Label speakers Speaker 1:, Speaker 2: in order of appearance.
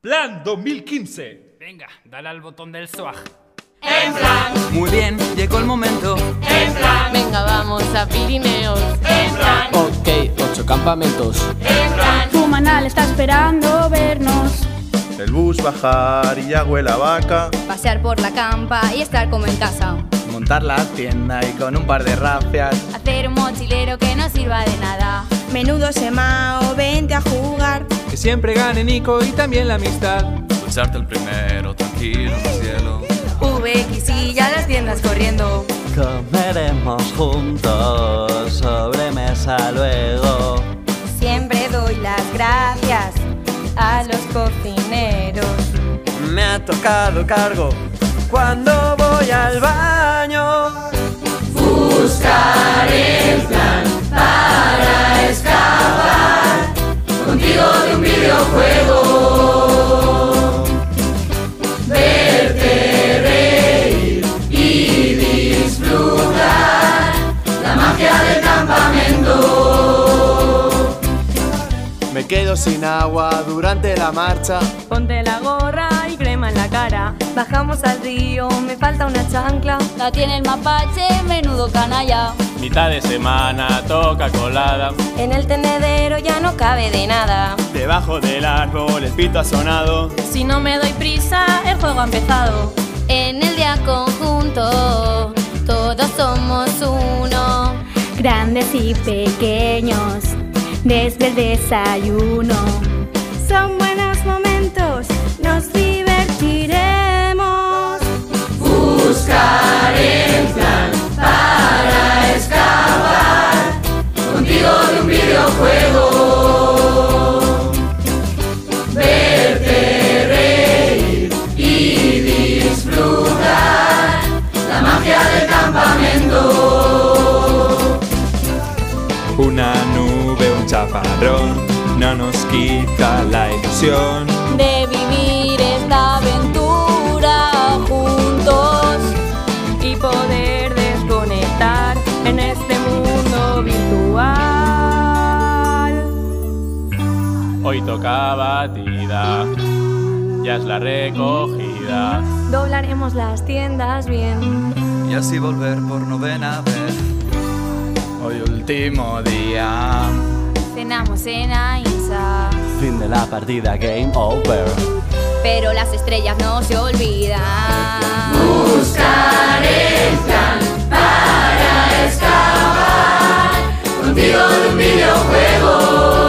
Speaker 1: Plan 2015.
Speaker 2: Venga, dale al botón del swag.
Speaker 3: En plan,
Speaker 4: Muy bien, llegó el momento.
Speaker 3: en plan,
Speaker 5: Venga, vamos a Pirineos.
Speaker 3: en plan,
Speaker 6: Ok, ocho campamentos.
Speaker 3: en plan,
Speaker 7: Fumanal está esperando vernos.
Speaker 8: El bus bajar y ya huele a vaca.
Speaker 9: pasear por la campa y estar como en casa.
Speaker 4: Montar la tienda y con un par de rafias.
Speaker 9: Hacer un mochilero que no sirva de nada.
Speaker 5: Menudo semao, vente a jugar.
Speaker 6: Que siempre gane Nico y también la amistad.
Speaker 4: Pulsarte el primero, tranquilo, mi cielo.
Speaker 9: VX y ya las tiendas corriendo.
Speaker 4: Comeremos juntos, sobremesa luego.
Speaker 9: Siempre doy las gracias a los cocineros.
Speaker 4: Me ha tocado cargo cuando voy al baño.
Speaker 6: Me quedo sin agua durante la marcha.
Speaker 5: Ponte la gorra y crema en la cara.
Speaker 9: Bajamos al río, me falta una chancla. La tiene el mapache, menudo canalla.
Speaker 6: Mitad de semana, toca colada.
Speaker 9: En el tendedero ya no cabe de nada.
Speaker 6: Debajo del árbol, el pito ha sonado.
Speaker 5: Si no me doy prisa, el juego ha empezado.
Speaker 9: En el día conjunto, todos somos uno.
Speaker 7: Grandes y pequeños, desde el desayuno. Son buenos momentos, nos divertiremos.
Speaker 10: Una nube, un chaparrón, no nos quita la ilusión.
Speaker 9: de vivir esta aventura juntos y poder desconectar en este mundo virtual.
Speaker 6: Hoy toca batida. Ya es la recogida.
Speaker 9: Doblaremos las tiendas bien.
Speaker 4: Y así volver por novena vez. Hoy último día.
Speaker 9: Cenamos en Ainsa,
Speaker 6: Fin de la partida, game over.
Speaker 9: pero las estrellas no se olvidan.
Speaker 3: contigo de un videojuego.